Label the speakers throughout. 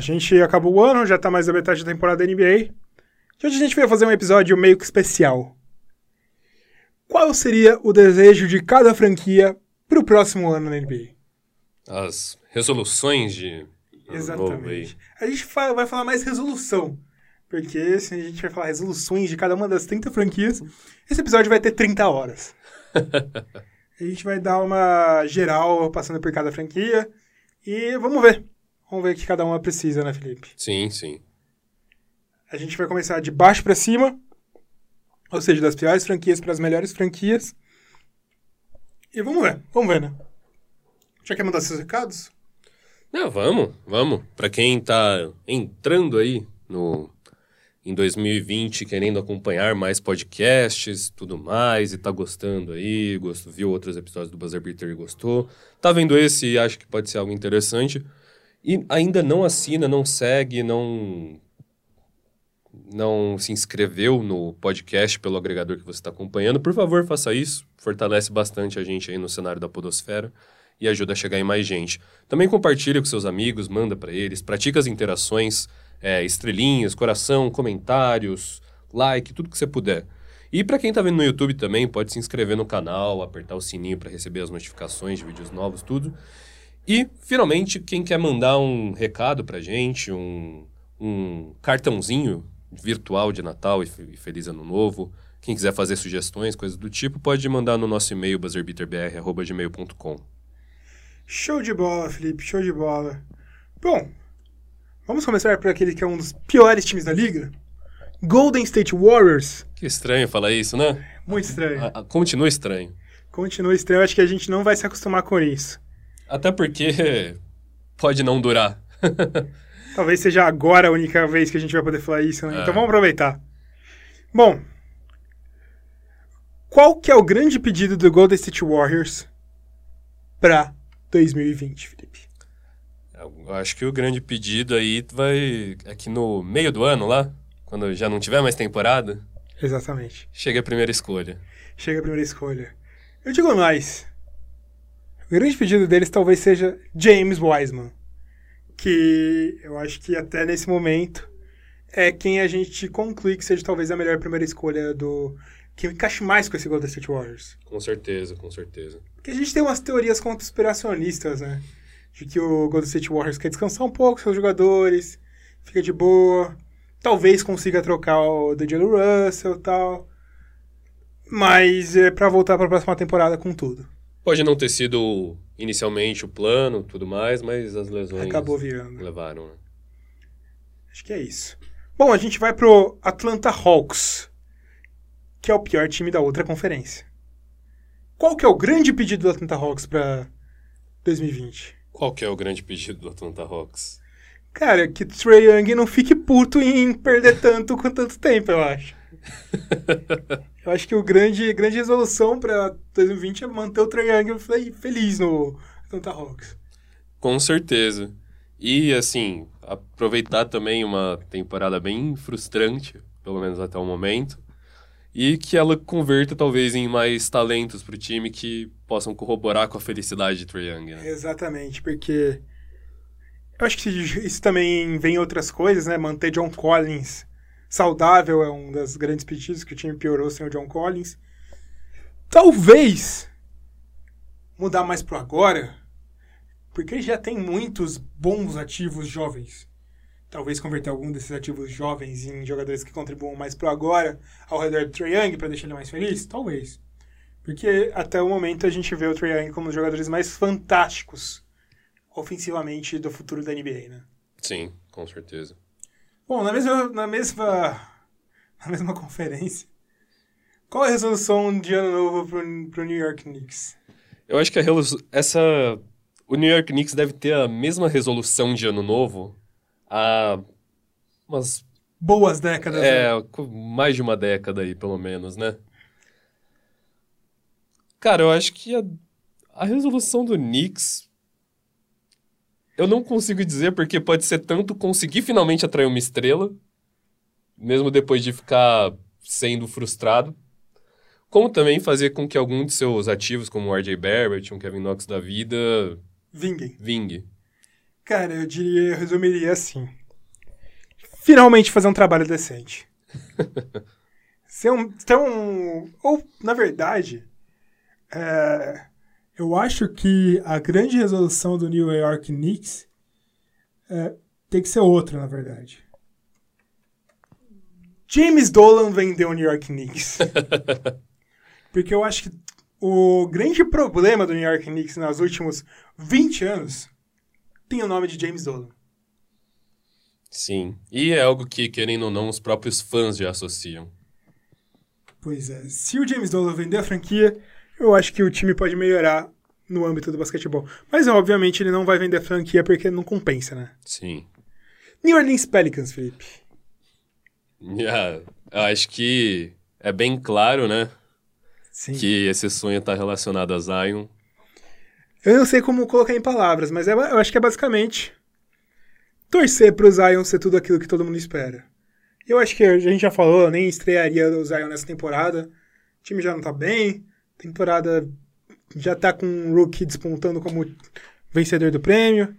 Speaker 1: gente acabou o ano, já tá mais da metade da temporada da NBA. E hoje a gente veio fazer um episódio meio que especial. Qual seria o desejo de cada franquia pro próximo ano na NBA?
Speaker 2: As resoluções de. ano novo aí.
Speaker 1: Exatamente. A gente fa- vai falar mais resolução. Porque se a gente vai falar resoluções de cada uma das 30 franquias, esse episódio vai ter 30 horas. a gente vai dar uma geral passando por cada franquia. E vamos ver. Vamos ver o que cada uma precisa, né, Felipe?
Speaker 2: Sim, sim.
Speaker 1: A gente vai começar de baixo pra cima, ou seja, das piores franquias para as melhores franquias. E vamos ver, vamos ver, né? Já quer mandar seus recados?
Speaker 2: Não, vamos, vamos. Pra quem tá entrando aí no em 2020, querendo acompanhar mais podcasts, tudo mais, e tá gostando aí, gosto, viu outros episódios do Buzzer Beater e gostou, tá vendo esse e acha que pode ser algo interessante, e ainda não assina, não segue, não não se inscreveu no podcast pelo agregador que você está acompanhando, por favor, faça isso. Fortalece bastante a gente aí no cenário da podosfera e ajuda a chegar em mais gente. Também compartilha com seus amigos, manda para eles, pratica as interações, é, estrelinhas, coração, comentários, like, tudo que você puder. E para quem tá vendo no YouTube também, pode se inscrever no canal, apertar o sininho para receber as notificações de vídeos novos, tudo. E, finalmente, quem quer mandar um recado pra gente, um, um cartãozinho virtual de Natal e fe- e Feliz Ano Novo, quem quiser fazer sugestões, coisas do tipo, pode mandar no nosso e-mail, buzzerbeaterbr.gmail.com.
Speaker 1: Show de bola, Felipe, show de bola. Bom, vamos começar por aquele que é um dos piores times da liga? Golden State Warriors.
Speaker 2: Que estranho falar isso, né?
Speaker 1: Muito estranho.
Speaker 2: A- a- continua estranho.
Speaker 1: Continua estranho, acho que a gente não vai se acostumar com isso.
Speaker 2: Até porque pode não durar.
Speaker 1: Talvez seja agora a única vez que a gente vai poder falar isso, né?
Speaker 2: É.
Speaker 1: Então vamos aproveitar. Bom, qual que é o grande pedido do Golden State Warriors pra 2020, Felipe?
Speaker 2: Eu acho que o grande pedido aí vai. É que no meio do ano lá, quando já não tiver mais temporada,
Speaker 1: Exatamente.
Speaker 2: chega a primeira escolha.
Speaker 1: Chega a primeira escolha. Eu digo mais. O grande pedido deles talvez seja James Wiseman, que eu acho que até nesse momento é quem a gente conclui que seja talvez a melhor primeira escolha do que encaixe mais com esse Golden State Warriors.
Speaker 2: Com certeza, com certeza.
Speaker 1: Porque a gente tem umas teorias conspiracionistas, né? De que o Golden State Warriors quer descansar um pouco seus jogadores, fica de boa, talvez consiga trocar o D'Angelo Russell e tal. Mas é pra voltar pra próxima temporada com tudo.
Speaker 2: Pode não ter sido inicialmente o plano tudo mais, mas as lesões
Speaker 1: Acabou virando.
Speaker 2: levaram. né?
Speaker 1: Acho que é isso. Bom, a gente vai pro Atlanta Hawks, que é o pior time da outra conferência. Qual que é o grande pedido do Atlanta Hawks pra 2020?
Speaker 2: Qual que é o grande pedido do Atlanta Hawks?
Speaker 1: Cara, que Trae Young não fique puto em perder tanto com tanto tempo, eu acho. eu acho que o grande, grande resolução pra 2020 é manter o Trae Young fe- feliz no Atlanta Hawks.
Speaker 2: Com certeza. E, assim, aproveitar também uma temporada bem frustrante, pelo menos até o momento, e que ela converta talvez em mais talentos pro time que possam corroborar com a felicidade de Trae Young, né?
Speaker 1: Exatamente, porque eu acho que isso também vem em outras coisas, né? Manter John Collins saudável é um dos grandes pedidos que o time piorou sem o John Collins. Talvez mudar mais pro agora, porque já tem muitos bons ativos jovens. Talvez converter algum desses ativos jovens em jogadores que contribuam mais pro agora, ao redor do Trae Young, para deixar ele mais feliz? Talvez. Porque até o momento a gente vê o Trae Young como um dos jogadores mais fantásticos ofensivamente do futuro da NBA, né?
Speaker 2: Sim, com certeza.
Speaker 1: Bom, na mesma, na mesma, na mesma conferência, qual é a resolução de ano novo pro, pro New York Knicks?
Speaker 2: Eu acho que a resolu- essa o New York Knicks deve ter a mesma resolução de ano novo há umas
Speaker 1: Boas décadas. né?
Speaker 2: É, com mais de uma década aí, pelo menos, né? Cara, eu acho que a, a resolução do Knicks. Eu não consigo dizer porque pode ser tanto conseguir finalmente atrair uma estrela, mesmo depois de ficar sendo frustrado, como também fazer com que algum de seus ativos, como o RJ Barrett, um Kevin Knox da vida,
Speaker 1: Vinguem.
Speaker 2: vingue.
Speaker 1: Cara, eu diria, eu resumiria assim. Finalmente fazer um trabalho decente. Ser um. Ter um ou, na verdade, é, eu acho que a grande resolução do New York Knicks é, tem que ser outra, na verdade. James Dolan vendeu o New York Knicks. Porque eu acho que o grande problema do New York Knicks nos últimos 20 anos tem o nome de James Dolan.
Speaker 2: Sim. E é algo que, querendo ou não, os próprios fãs já associam.
Speaker 1: Pois é, se o James Dolan vender a franquia, eu acho que o time pode melhorar no âmbito do basquetebol. Mas, obviamente, ele não vai vender a franquia porque não compensa, né?
Speaker 2: Sim.
Speaker 1: New Orleans Pelicans, Felipe.
Speaker 2: Yeah, eu acho que é bem claro, né?
Speaker 1: Sim.
Speaker 2: Que esse sonho tá relacionado a Zion.
Speaker 1: Eu não sei como colocar em palavras, mas é ba- eu acho que é basicamente torcer pro Zion ser tudo aquilo que todo mundo espera. Eu acho que a gente já falou, eu nem estrearia o Zion nessa temporada. O time já não tá bem. Temporada já tá com o Rookie despontando como vencedor do prêmio.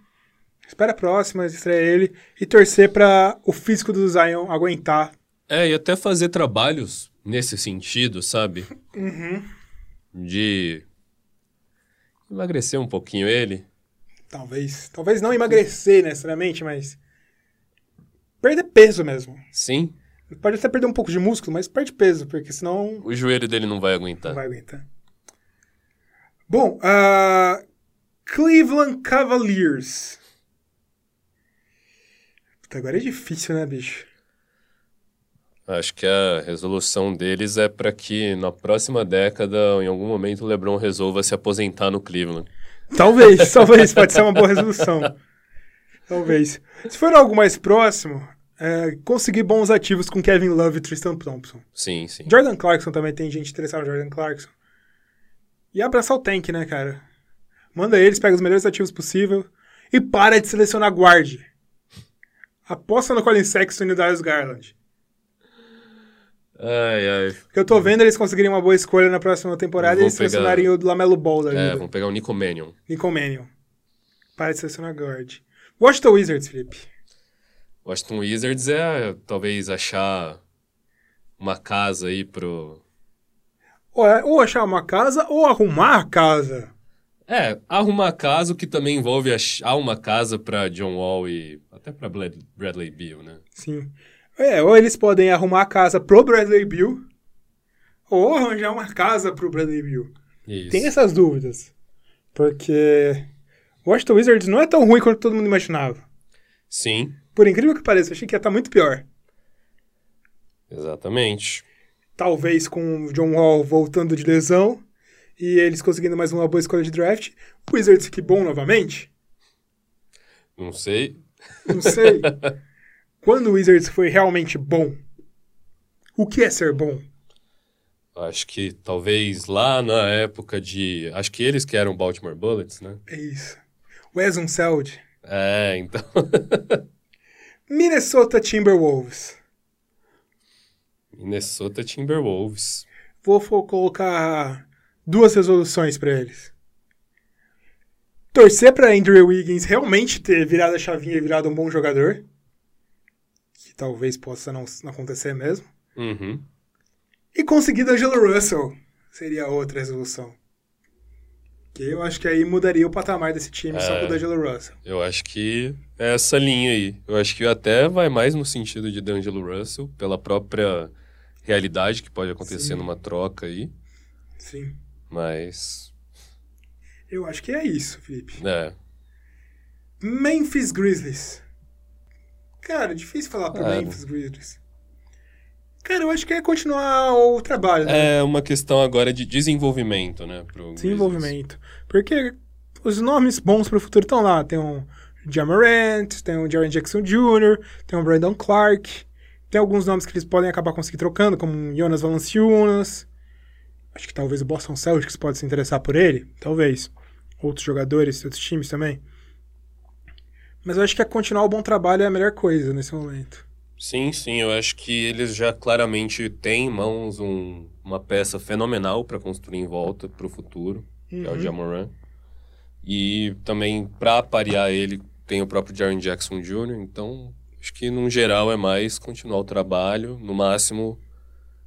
Speaker 1: Espera a próxima, estreia ele. E torcer pra o físico do Zion aguentar.
Speaker 2: É, e até fazer trabalhos nesse sentido, sabe?
Speaker 1: Uhum.
Speaker 2: De emagrecer um pouquinho ele.
Speaker 1: Talvez. Talvez não emagrecer necessariamente, mas. Perder peso mesmo.
Speaker 2: Sim,
Speaker 1: Pode até perder um pouco de músculo, mas perde peso, porque senão
Speaker 2: o joelho dele não vai aguentar.
Speaker 1: não vai aguentar. Bom, ah, Cleveland Cavaliers. Puta, agora é difícil, né, bicho?
Speaker 2: Acho que a resolução deles é pra que na próxima década, em algum momento, o LeBron resolva se aposentar no Cleveland.
Speaker 1: Talvez, talvez, pode ser uma boa resolução. Talvez. Se for algo mais próximo, é, conseguir bons ativos com Kevin Love e Tristan Thompson.
Speaker 2: Sim, sim.
Speaker 1: Jordan Clarkson também tem gente interessada no Jordan Clarkson. E abraçar o tank, né, cara? Manda eles, pega os melhores ativos possível e para de selecionar guard. Aposta no Colin Sexton e no Darius Garland.
Speaker 2: Ai, ai.
Speaker 1: Porque eu tô vendo eles conseguirem uma boa escolha na próxima temporada e
Speaker 2: Eu vou
Speaker 1: eles
Speaker 2: pegar-
Speaker 1: selecionarem o Lamelo Ball da
Speaker 2: É,
Speaker 1: vida.
Speaker 2: vamos pegar o Nico Mannion.
Speaker 1: Lincoln Mannion. Para de selecionar guard. Washington Wizards, Felipe.
Speaker 2: Washington Wizards é talvez achar uma casa aí pro.
Speaker 1: Ou, é, ou achar uma casa ou arrumar a casa.
Speaker 2: É, arrumar casa, o que também envolve achar uma casa pra John Wall e até pra Blad- Bradley Beal, né?
Speaker 1: Sim. É, ou eles podem arrumar a casa pro Bradley Bill, ou arranjar uma casa pro Bradley Bill.
Speaker 2: Isso.
Speaker 1: Tem essas dúvidas. Porque o Washington Wizards não é tão ruim quanto todo mundo imaginava.
Speaker 2: Sim,
Speaker 1: Por incrível que pareça, eu achei que ia estar muito pior.
Speaker 2: exatamente.
Speaker 1: Talvez com o John Wall voltando de lesão e eles conseguindo mais uma boa escolha de draft. O Wizards que bom novamente.
Speaker 2: Não sei.
Speaker 1: Não sei. Quando o Wizards foi realmente bom? O que é ser bom?
Speaker 2: Acho que talvez lá na época de. Acho que eles que eram Baltimore Bullets, né?
Speaker 1: É isso. Wes Unseld.
Speaker 2: É, então.
Speaker 1: Minnesota Timberwolves.
Speaker 2: Minnesota Timberwolves.
Speaker 1: Vou fo- colocar duas resoluções pra eles. Torcer pra Andrew Wiggins realmente ter virado a chavinha e virado um bom jogador. Que talvez possa não, não acontecer mesmo.
Speaker 2: Uhum.
Speaker 1: E conseguir D'Angelo Russell. Seria outra resolução. Que eu acho que aí mudaria o patamar desse time só
Speaker 2: É.
Speaker 1: com o D'Angelo Russell.
Speaker 2: Eu acho que é essa linha aí. Eu acho que até vai mais no sentido de D'Angelo Russell, pela própria realidade que pode acontecer
Speaker 1: Sim.
Speaker 2: numa troca aí.
Speaker 1: Sim.
Speaker 2: Mas.
Speaker 1: Eu acho que é isso, Felipe.
Speaker 2: É.
Speaker 1: Memphis Grizzlies. Cara, é difícil falar pro
Speaker 2: Cara.
Speaker 1: Memphis Grizzlies. Cara, eu acho que é continuar o trabalho, né?
Speaker 2: É uma questão agora de desenvolvimento, né? Pro Grizzlies.
Speaker 1: Desenvolvimento. Porque os nomes bons pro futuro estão lá. Tem o Jamarant, tem o Jaren Jackson Jr., tem o Brandon Clark. Tem alguns nomes que eles podem acabar conseguindo trocando, como o Jonas Valanciunas. Acho que talvez o Boston Celtics pode se interessar por ele. Talvez. Outros jogadores, outros times também. Mas eu acho que é continuar o bom trabalho é a melhor coisa nesse momento.
Speaker 2: Sim, sim. Eu acho que eles já claramente têm em mãos um- uma peça fenomenal para construir em volta é
Speaker 1: Uhum.
Speaker 2: pro futuro. que é o Jamoran. E também para parear ele Tem o próprio Jaron Jackson Jr., então acho que num geral é mais continuar o trabalho, no máximo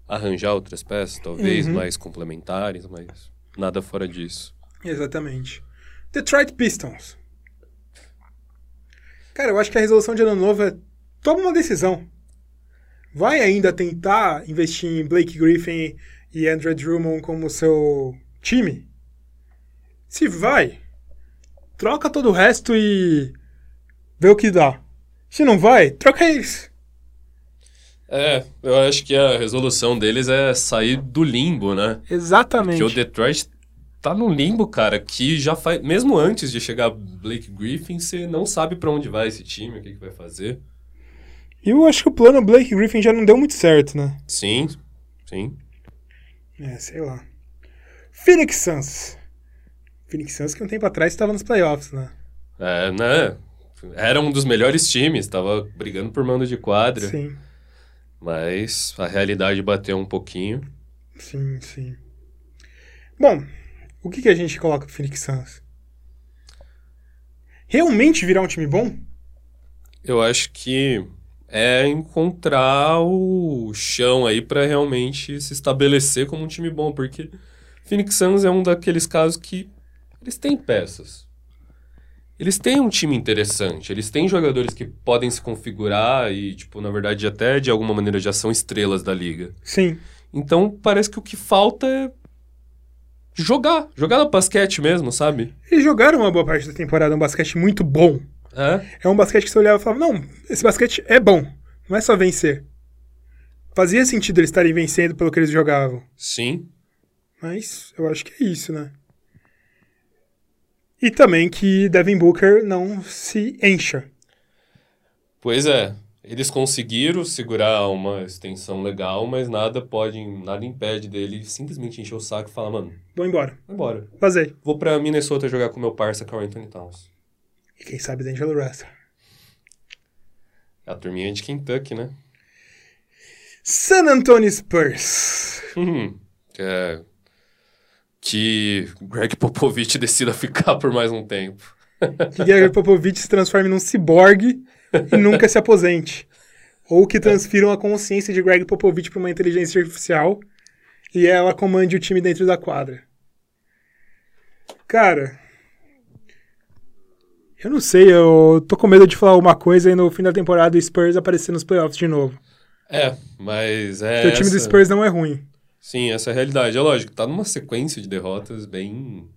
Speaker 2: arranjar outras peças, talvez
Speaker 1: Uhum.
Speaker 2: mais complementares, mas nada fora disso.
Speaker 1: Exatamente. Detroit Pistons. Cara, eu acho que a resolução de ano novo é toma uma decisão. Vai ainda tentar investir em Blake Griffin e Andrew Drummond como seu time? Se vai, troca todo o resto e vê o que dá. Se não vai, troca eles.
Speaker 2: É, eu acho que a resolução deles é sair do limbo, né?
Speaker 1: Exatamente.
Speaker 2: Que o Detroit tá num limbo, cara, que já faz. Mesmo antes de chegar Blake Griffin, você não sabe pra onde vai esse time, o que, que vai fazer.
Speaker 1: Eu acho que o plano Blake Griffin já não deu muito certo, né?
Speaker 2: Sim, sim.
Speaker 1: É, sei lá. Phoenix Suns. Phoenix Suns que um tempo atrás estava nos playoffs, né?
Speaker 2: É, né? Era um dos melhores times, tava brigando por mando de quadra.
Speaker 1: Sim,
Speaker 2: Mas a realidade bateu um pouquinho.
Speaker 1: sim, sim. Bom, o que, que a gente coloca pro Phoenix Suns? Realmente virar um time bom?
Speaker 2: Eu acho que é encontrar o chão aí pra realmente se estabelecer como um time bom, porque Phoenix Suns é um daqueles casos que eles têm peças. Eles têm um time interessante, eles têm jogadores que podem se configurar e, tipo, na verdade, até de alguma maneira já são estrelas da liga.
Speaker 1: Sim.
Speaker 2: Então, parece que o que falta é jogar, jogar no basquete mesmo, sabe?
Speaker 1: Eles jogaram uma boa parte da temporada um basquete muito bom.
Speaker 2: É.
Speaker 1: É um basquete que você olhava e falava, não, esse basquete é bom, não é só vencer. Fazia sentido eles estarem vencendo pelo que eles jogavam.
Speaker 2: Sim.
Speaker 1: Mas eu acho que é isso, né? E também que Devin Booker não se encha.
Speaker 2: Pois é, eles conseguiram segurar uma extensão legal, mas nada pode, nada impede dele simplesmente encher o saco e falar, mano,
Speaker 1: Vou embora.
Speaker 2: vai embora.
Speaker 1: Vazei.
Speaker 2: Vou pra Minnesota jogar com meu parça Carl Anthony Towns.
Speaker 1: E quem sabe D'Angelo Russell.
Speaker 2: É A turminha de Kentucky, né?
Speaker 1: San Antonio Spurs.
Speaker 2: Hum, é, que o Greg Popovich decida ficar por mais um tempo.
Speaker 1: Que Gary Popovich se transforme num ciborgue e nunca se aposente. Ou que transfiram a consciência de Greg Popovich para uma inteligência artificial e ela comande o time dentro da quadra. Cara, eu não sei, eu tô com medo de falar alguma coisa e no fim da temporada o Spurs aparecer nos playoffs de novo.
Speaker 2: É, mas é
Speaker 1: Porque o time do
Speaker 2: essa-
Speaker 1: Spurs não é ruim.
Speaker 2: Sim, essa é a realidade. É lógico, tá numa sequência de derrotas bem.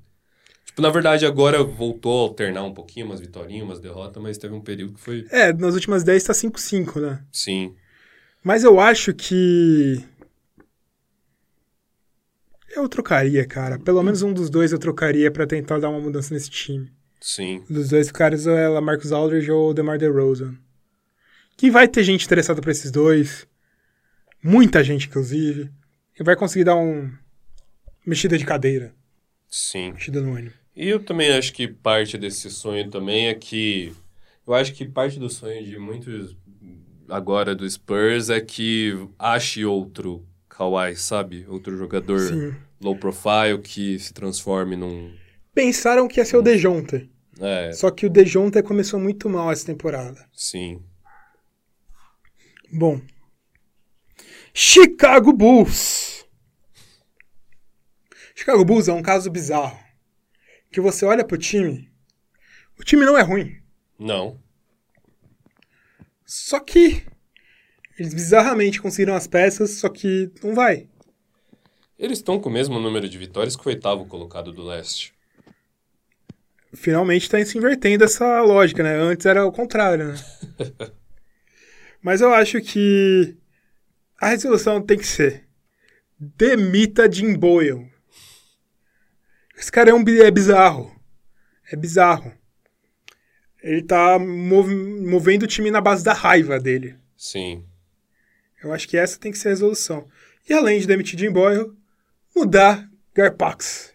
Speaker 2: Tipo, na verdade, agora voltou a alternar um pouquinho, umas vitórias, umas derrotas, mas teve um período que foi.
Speaker 1: É, nas últimas 10 tá 5-5, né?
Speaker 2: Sim.
Speaker 1: Mas eu acho que. Eu trocaria, cara. Pelo menos um dos dois eu trocaria pra tentar dar uma mudança nesse time.
Speaker 2: Sim.
Speaker 1: Um Dos dois caras, ou ela, Marcos Aldridge ou DeMar DeRozan. Que vai ter gente interessada pra esses dois. Muita gente, inclusive. E vai conseguir dar um. Mexida de cadeira.
Speaker 2: Sim.
Speaker 1: Mexida no ânimo.
Speaker 2: E eu também acho que parte desse sonho também é que. Eu acho que parte do sonho de muitos agora do Spurs é que ache outro Kawhi, sabe? Outro jogador
Speaker 1: Sim.
Speaker 2: low profile que se transforme num.
Speaker 1: Pensaram que ia ser o Dejounte.
Speaker 2: É,
Speaker 1: Só que o Dejounte começou muito mal essa temporada.
Speaker 2: sim.
Speaker 1: Bom. Chicago Bulls. Chicago Bulls é um caso bizarro. Que você olha pro time, o time não é ruim.
Speaker 2: Não.
Speaker 1: Só que eles bizarramente conseguiram as peças, só que não vai.
Speaker 2: Eles estão com o mesmo número de vitórias que o oitavo colocado do leste.
Speaker 1: Finalmente tá se invertendo essa lógica, né? Antes era o contrário, né? Mas eu acho que a resolução tem que ser demita Jim Boyle. Esse cara é um bi- é bizarro. É bizarro. Ele tá mov- movendo o time na base da raiva dele.
Speaker 2: Sim.
Speaker 1: Eu acho que essa tem que ser a resolução. E além de demitir Jim Boyle, mudar Garpax.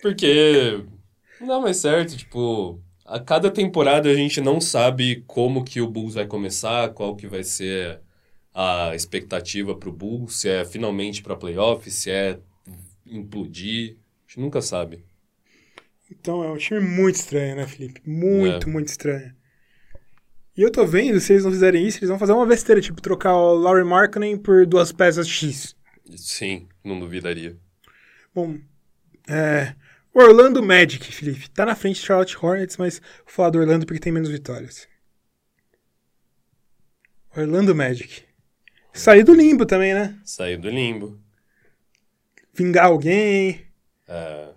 Speaker 2: Porque não dá mais certo, tipo, a cada temporada a gente não sabe como que o Bulls vai começar, qual que vai ser a expectativa pro Bulls, se é finalmente pra playoff, se é implodir, a gente nunca sabe.
Speaker 1: Então é um time muito estranho, né, Felipe?
Speaker 2: É.
Speaker 1: Muito, muito estranho. E eu tô vendo, se eles não fizerem isso, eles vão fazer uma besteira, tipo trocar o Laurie Markkinen por duas peças X.
Speaker 2: Sim, não duvidaria.
Speaker 1: Bom, é... o Orlando Magic, Felipe. Tá na frente do Charlotte Hornets, mas vou falar do Orlando porque tem menos vitórias. Orlando Magic. Saiu do limbo também, né?
Speaker 2: Saiu do limbo.
Speaker 1: Vingar alguém.
Speaker 2: Ah,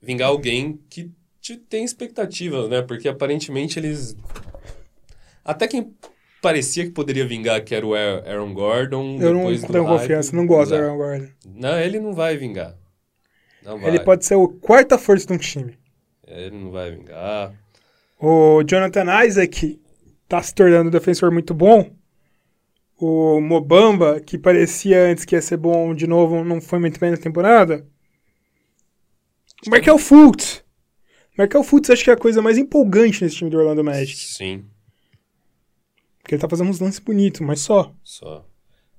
Speaker 2: vingar alguém que te tem expectativas, né? Porque aparentemente eles. Até quem parecia que poderia vingar, que era o Aaron Aaron Gordon.
Speaker 1: Eu não
Speaker 2: depois do
Speaker 1: tenho
Speaker 2: hype,
Speaker 1: confiança, não gosto do
Speaker 2: não.
Speaker 1: Aaron Gordon.
Speaker 2: Não, ele não vai vingar. Não vai.
Speaker 1: Ele pode ser o quarta força de um time.
Speaker 2: Ele não vai vingar.
Speaker 1: O Jonathan Isaac tá se tornando um defensor muito bom. O Mobamba, que parecia antes que ia ser bom de novo, não foi muito bem na temporada. O Markel Fultz. O Markel Fultz acho que é a coisa mais empolgante nesse time do Orlando Magic.
Speaker 2: Sim,
Speaker 1: Porque ele tá fazendo uns lances bonitos, mas só.
Speaker 2: só.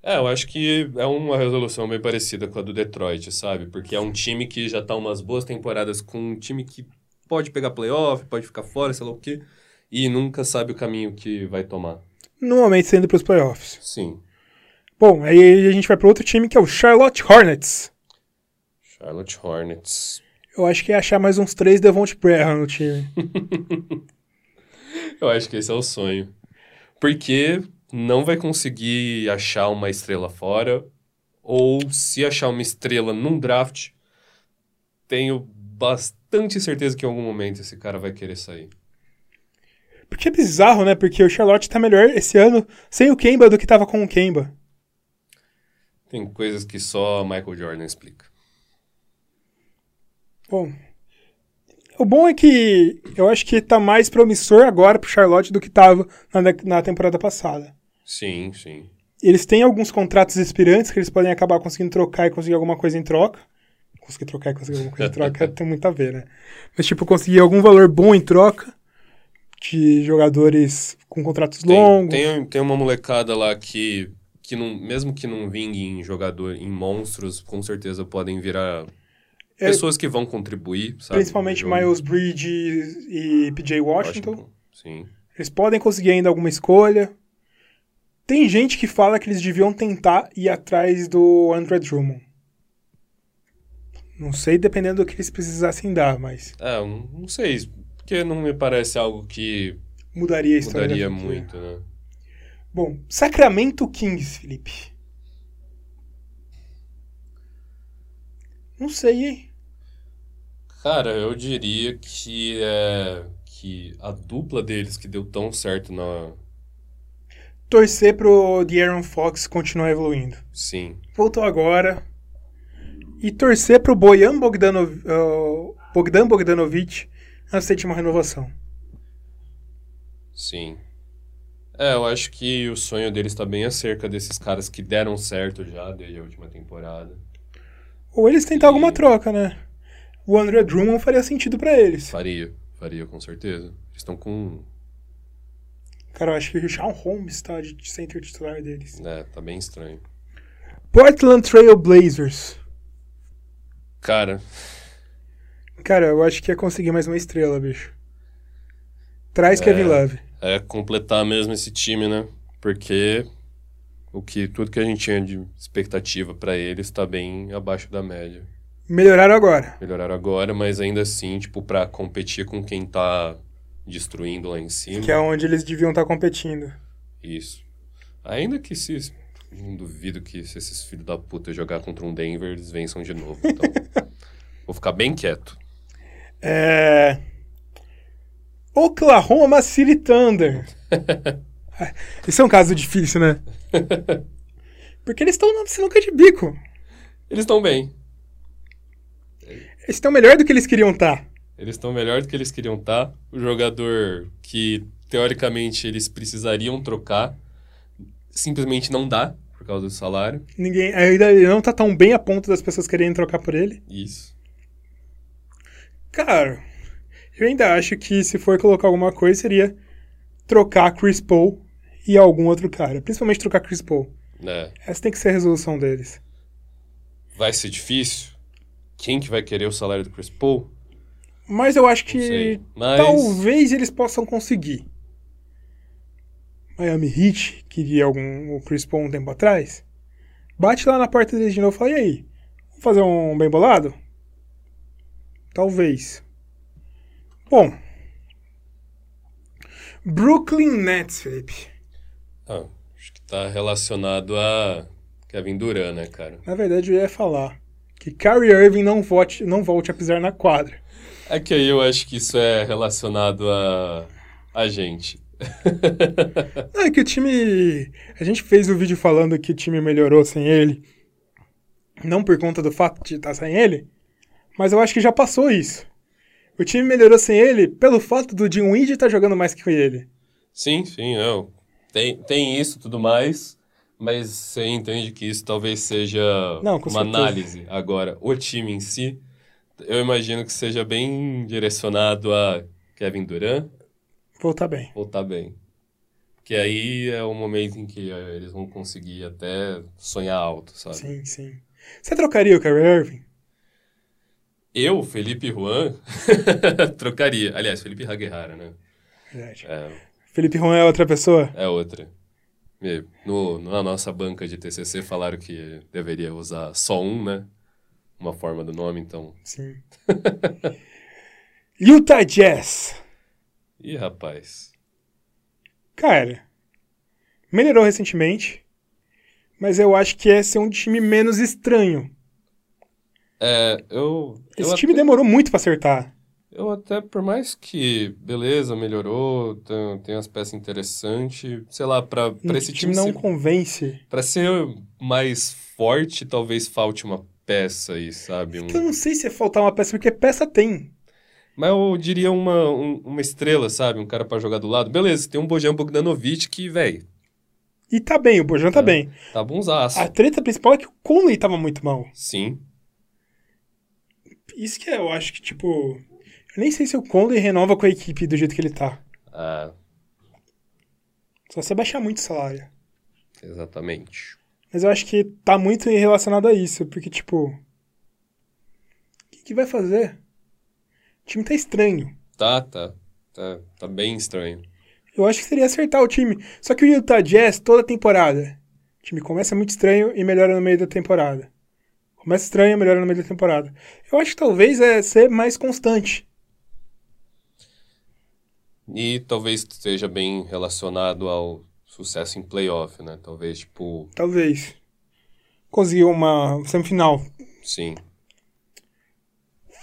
Speaker 2: É, eu acho que é uma resolução bem parecida com a do Detroit, sabe? Porque é um time que já tá umas boas temporadas com um time que pode pegar playoff, pode ficar fora, sei lá o quê, e nunca sabe o caminho que vai tomar.
Speaker 1: Normalmente saindo pros playoffs.
Speaker 2: Sim.
Speaker 1: Bom, aí a gente vai pro outro time que é o Charlotte Hornets.
Speaker 2: Charlotte Hornets.
Speaker 1: Eu acho que é achar mais uns três Devonte Prayer no time.
Speaker 2: Eu acho que esse é o sonho. Porque não vai conseguir achar uma estrela fora, ou se achar uma estrela num draft, tenho bastante certeza que em algum momento esse cara vai querer sair.
Speaker 1: Porque é bizarro, né? Porque o Charlotte tá melhor esse ano sem o Kemba do que tava com o Kemba.
Speaker 2: Tem coisas que só Michael Jordan explica.
Speaker 1: Bom, o bom é que eu acho que tá mais promissor agora pro Charlotte do que tava na, dec- na temporada passada.
Speaker 2: Sim, sim.
Speaker 1: Eles têm alguns contratos expirantes que eles podem acabar conseguindo trocar e conseguir alguma coisa em troca. Conseguir trocar e conseguir alguma coisa em troca tem muito a ver, né? Mas, tipo, conseguir algum valor bom em troca de jogadores com contratos
Speaker 2: Tem,
Speaker 1: longos.
Speaker 2: tem, tem uma molecada lá que, que não, mesmo que não vingue em jogador, em monstros, com certeza podem virar
Speaker 1: É.
Speaker 2: pessoas que vão contribuir, sabe? no
Speaker 1: principalmente
Speaker 2: jogo.
Speaker 1: Miles Bridges e PJ Washington.
Speaker 2: Sim.
Speaker 1: Eles podem conseguir ainda alguma escolha. Tem gente que fala que eles deviam tentar ir atrás do André Drummond. Não sei, dependendo do que eles precisassem dar, mas
Speaker 2: É, eu não não sei, porque não me parece algo que
Speaker 1: mudaria a história. da
Speaker 2: mudaria
Speaker 1: franquia.
Speaker 2: muito, né?
Speaker 1: Bom, Sacramento Kings, Felipe. Não sei, hein?
Speaker 2: Cara, eu diria que é que a dupla deles que deu tão certo na
Speaker 1: Torcer pro De'Aaron Fox continuar evoluindo.
Speaker 2: sim,
Speaker 1: Voltou agora. E torcer pro Bojan Bogdanov, ah, Bogdan Bogdanovic aceite uma renovação.
Speaker 2: sim. É, eu acho que o sonho deles está bem acerca desses caras que deram certo já desde a última temporada.
Speaker 1: Ou eles tentar
Speaker 2: E-
Speaker 1: alguma troca, né? O André Drummond faria sentido pra eles.
Speaker 2: Faria, faria com certeza. Eles estão com, um,
Speaker 1: Cara, eu acho que o Sean Holmes tá de de center titular deles.
Speaker 2: né, tá bem estranho.
Speaker 1: Portland Trail Blazers.
Speaker 2: Cara,
Speaker 1: Cara, eu acho que ia conseguir mais uma estrela, bicho. Traz Kevin Love.
Speaker 2: é completar mesmo esse time, né? Porque o que tudo que a gente tinha de expectativa pra eles tá bem abaixo da média.
Speaker 1: Melhoraram agora.
Speaker 2: Melhoraram agora, mas ainda assim, tipo, pra competir com quem tá destruindo lá em cima.
Speaker 1: Que é onde eles deviam estar competindo.
Speaker 2: Isso. Ainda que se não duvido que se esses filhos da puta jogar contra um Denver, eles vençam de novo. Então, vou ficar bem quieto.
Speaker 1: É... Oklahoma City Thunder. Isso é um caso difícil, né? Porque eles estão na sinuca de bico.
Speaker 2: Eles estão bem.
Speaker 1: Eles estão melhor do que eles queriam tá. estar.
Speaker 2: Eles estão melhor do que eles queriam estar. O jogador que, teoricamente, eles precisariam trocar, simplesmente não dá, por causa do salário.
Speaker 1: Ninguém, ainda ele não tá tão bem a ponto das pessoas quererem trocar por ele.
Speaker 2: Isso.
Speaker 1: Cara, eu ainda acho que se for colocar alguma coisa seria trocar Chris Paul e algum outro cara. Principalmente trocar Chris Paul.
Speaker 2: É.
Speaker 1: Essa tem que ser a resolução deles.
Speaker 2: Vai ser difícil? Quem que vai querer o salário do Chris Paul?
Speaker 1: Mas eu acho
Speaker 2: Não sei.
Speaker 1: que
Speaker 2: Mas.
Speaker 1: talvez eles possam conseguir. Miami Heat, queria algum, o Chris Paul um tempo atrás, bate lá na porta deles de novo e fala, e aí, vamos fazer um bem bolado? Talvez. Bom. Brooklyn Nets, Felipe.
Speaker 2: Ah, acho que tá relacionado a Kevin Durant, né, cara?
Speaker 1: Na verdade, eu ia falar que Kyrie Irving não volte, não volte a pisar na quadra.
Speaker 2: É que aí eu acho que isso é relacionado a. a gente.
Speaker 1: É que o time. A gente fez o vídeo falando que o time melhorou sem ele. Não por conta do fato de estar sem ele, mas eu acho que já passou isso. O time melhorou sem ele pelo fato do Dinwiddie estar jogando mais que ele.
Speaker 2: Sim, sim, não. Tem, tem isso e tudo mais, mas você entende que isso talvez seja
Speaker 1: Não, com
Speaker 2: uma
Speaker 1: certeza.
Speaker 2: análise. Agora, o time em si, eu imagino que seja bem direcionado a Kevin Durant
Speaker 1: Voltar bem.
Speaker 2: ou tá bem. Porque aí é o momento em que eh, eles vão conseguir até sonhar alto, sabe?
Speaker 1: Sim, sim. Você trocaria o Kyrie Irving?
Speaker 2: Eu, Felipe Juan, trocaria. Aliás, Felipe Haguerrara, né?
Speaker 1: Verdade.
Speaker 2: É,
Speaker 1: Felipe Juan é outra pessoa?
Speaker 2: é outra. E No, na nossa banca de TCC falaram que deveria usar só um, né? Uma forma do nome, então.
Speaker 1: Sim. Utah Jazz.
Speaker 2: Ih, rapaz.
Speaker 1: Cara, melhorou recentemente, mas eu acho que esse é um time menos estranho.
Speaker 2: É, eu.
Speaker 1: Esse
Speaker 2: eu
Speaker 1: time
Speaker 2: até,
Speaker 1: demorou muito pra acertar.
Speaker 2: eu até, por mais que, beleza, melhorou, tem, tem umas peças interessantes, sei lá, pra, pra esse
Speaker 1: esse time
Speaker 2: time
Speaker 1: Hum, não
Speaker 2: ser,
Speaker 1: convence.
Speaker 2: pra ser mais forte, talvez falte uma peça aí, sabe? Um-
Speaker 1: Eu não sei se é faltar uma peça, porque peça tem.
Speaker 2: Mas eu diria uma, um- uma estrela, sabe? Um cara pra jogar do lado. Beleza, tem um Bojan Bogdanovic que, velho,
Speaker 1: E tá bem, o Bojan tá
Speaker 2: É.
Speaker 1: bem.
Speaker 2: tá bonzaço.
Speaker 1: A treta principal é que o Conley tava muito mal.
Speaker 2: Sim.
Speaker 1: Isso que eu acho que, tipo. Eu nem sei se o Conley renova com a equipe do jeito que ele tá.
Speaker 2: Ah,
Speaker 1: Só se baixar muito o salário.
Speaker 2: exatamente.
Speaker 1: Mas eu acho que tá muito relacionado a isso, porque, tipo. O que, que vai fazer? O time tá estranho.
Speaker 2: Tá, tá. Tá, tá bem estranho.
Speaker 1: Eu acho que seria acertar o time. Só que o Utah Jazz, toda temporada. O time começa muito estranho e melhora no meio da temporada. Começa estranho e melhora no meio da temporada. Eu acho que talvez é ser mais constante.
Speaker 2: E talvez esteja bem relacionado ao sucesso em playoff, né? Talvez, tipo,
Speaker 1: Talvez. Conseguiu uma semifinal.
Speaker 2: sim.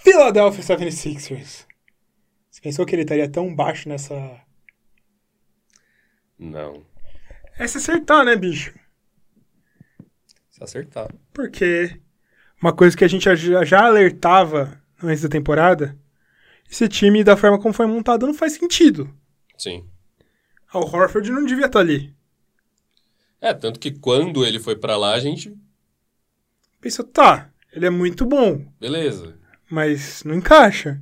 Speaker 1: Philadelphia 76ers. Você pensou que ele estaria tão baixo nessa.
Speaker 2: Não.
Speaker 1: É se acertar, né, bicho?
Speaker 2: Se acertar.
Speaker 1: Porque uma coisa que a gente já já alertava antes da temporada, esse time, da forma como foi montado, não faz sentido.
Speaker 2: Sim.
Speaker 1: Ah, O Horford não devia estar ali.
Speaker 2: É, tanto que quando ele foi pra lá, a gente.
Speaker 1: Pensou, tá, ele é muito bom,
Speaker 2: Beleza.
Speaker 1: mas não encaixa.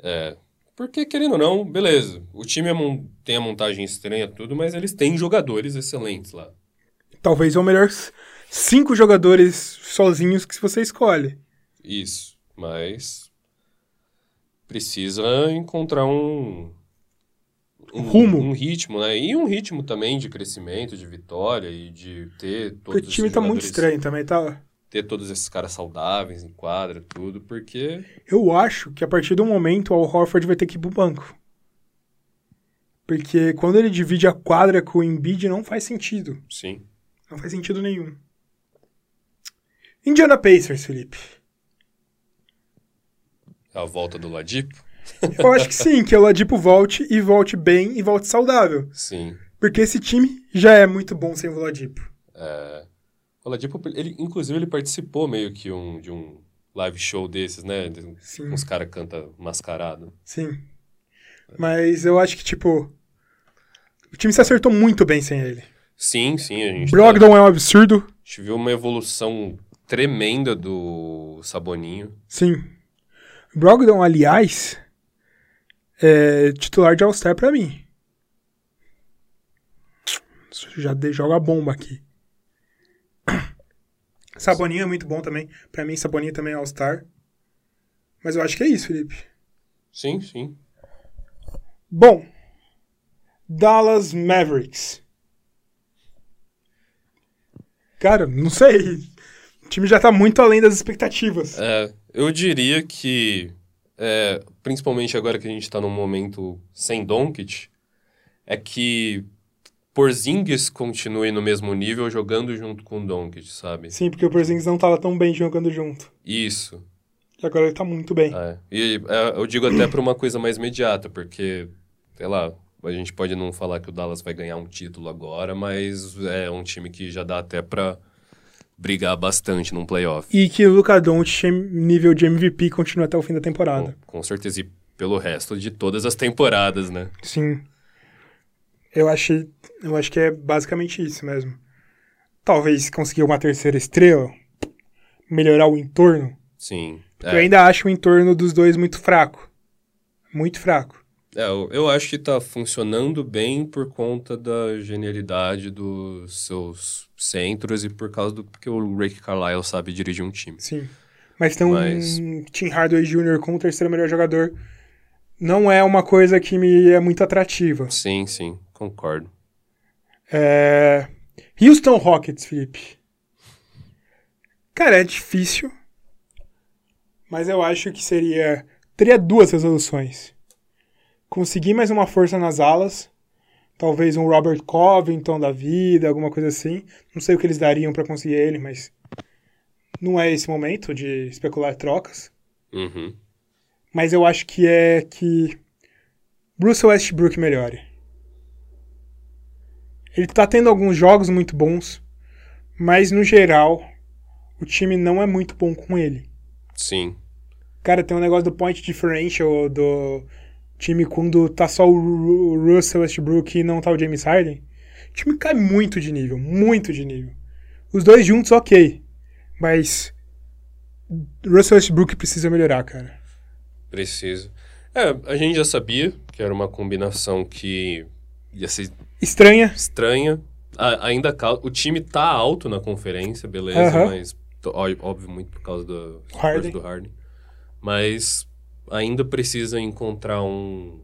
Speaker 2: É. Porque, querendo ou não, beleza. O time é mon- tem a montagem estranha, tudo, mas eles têm jogadores excelentes lá.
Speaker 1: Talvez é o melhor s- cinco jogadores sozinhos que você escolhe.
Speaker 2: Isso. Mas. Precisa encontrar um. Um
Speaker 1: Rumo.
Speaker 2: Um ritmo, né? E um ritmo também de crescimento, de vitória e de ter todos
Speaker 1: Porque o
Speaker 2: esses
Speaker 1: time tá muito
Speaker 2: jogadores-
Speaker 1: estranho também, tá?
Speaker 2: Ter todos esses caras saudáveis em quadra, tudo, porque.
Speaker 1: Eu acho que a partir do momento o Horford vai ter que ir pro banco. Porque quando ele divide a quadra com o Embiid não faz sentido.
Speaker 2: Sim.
Speaker 1: Não faz sentido nenhum. Indiana Pacers, Felipe.
Speaker 2: A volta do Ladipo?
Speaker 1: Eu acho que sim, que o Ladipo volte e volte bem e volte saudável.
Speaker 2: Sim.
Speaker 1: Porque esse time já é muito bom sem o Ladipo.
Speaker 2: O Ladipo, ele, inclusive, ele participou meio que um, de um live show desses, né? De-
Speaker 1: Sim.
Speaker 2: Uns caras cantam mascarado.
Speaker 1: Sim. Mas eu acho que, tipo. O time se acertou muito bem sem ele.
Speaker 2: Sim, sim, a gente, tá-
Speaker 1: Brogdon é um absurdo.
Speaker 2: a gente viu uma evolução tremenda do Saboninho.
Speaker 1: Sim. Brogdon, aliás, é titular de All-Star pra mim. Já de- joga a bomba aqui. Saboninho é muito bom também. Pra mim, Saboninho também é All-Star. Mas eu acho que é isso, Felipe.
Speaker 2: Sim, sim.
Speaker 1: Bom, Dallas Mavericks. Cara, não sei. O time já tá muito além das expectativas.
Speaker 2: É, eu diria que, é, principalmente agora que a gente tá num momento sem Doncic, é que Porzingis continue no mesmo nível jogando junto com o Doncic, sabe?
Speaker 1: Sim, porque o Porzingis não tava tão bem jogando junto.
Speaker 2: Isso.
Speaker 1: E agora ele tá muito bem.
Speaker 2: É. E é, eu digo até para uma coisa mais imediata, porque, sei lá, a gente pode não falar que o Dallas vai ganhar um título agora, mas é um time que já dá até para brigar bastante num playoff.
Speaker 1: E que o Luka Doncic, nível de MVP, continua até o fim da temporada.
Speaker 2: Com, com certeza, e pelo resto de todas as temporadas, né?
Speaker 1: Sim. Eu achei, eu acho que é basicamente isso mesmo. Talvez conseguir uma terceira estrela, melhorar o entorno.
Speaker 2: Sim.
Speaker 1: Eu
Speaker 2: É,
Speaker 1: ainda acho o entorno dos dois muito fraco. Muito fraco.
Speaker 2: É, eu, eu acho que tá funcionando bem por conta da genialidade dos seus centros e por causa do porque o Rick Carlisle sabe dirigir um time.
Speaker 1: Sim. Mas tem um
Speaker 2: Mas-
Speaker 1: Tim Hardaway Jr. como terceiro melhor jogador. Não é uma coisa que me é muito atrativa.
Speaker 2: Sim, sim, concordo.
Speaker 1: É... Houston Rockets, Felipe. Cara, é difícil. Mas eu acho que seria. Teria duas resoluções. Conseguir mais uma força nas alas. Talvez um Robert Covington da vida, alguma coisa assim. Não sei o que eles dariam pra conseguir ele, mas. Não é esse momento de especular trocas.
Speaker 2: Uhum.
Speaker 1: Mas eu acho que é que Russell Westbrook melhore. Ele tá tendo alguns jogos muito bons, mas no geral o time não é muito bom com ele.
Speaker 2: Sim.
Speaker 1: Cara, tem um negócio do point differential do time quando tá só o Ru- Ru- Russell Westbrook e não tá o James Harden. O time cai muito de nível, muito de nível. Os dois juntos, ok. Mas Russell Westbrook precisa melhorar, cara.
Speaker 2: Preciso. É, a gente já sabia que era uma combinação que ia ser
Speaker 1: Estranha,
Speaker 2: estranha. A- ainda cau- o time tá alto na conferência, beleza,
Speaker 1: Aham.
Speaker 2: mas t- ó- óbvio muito por causa do por causa
Speaker 1: Harden.
Speaker 2: do Harden. Mas ainda precisa encontrar um,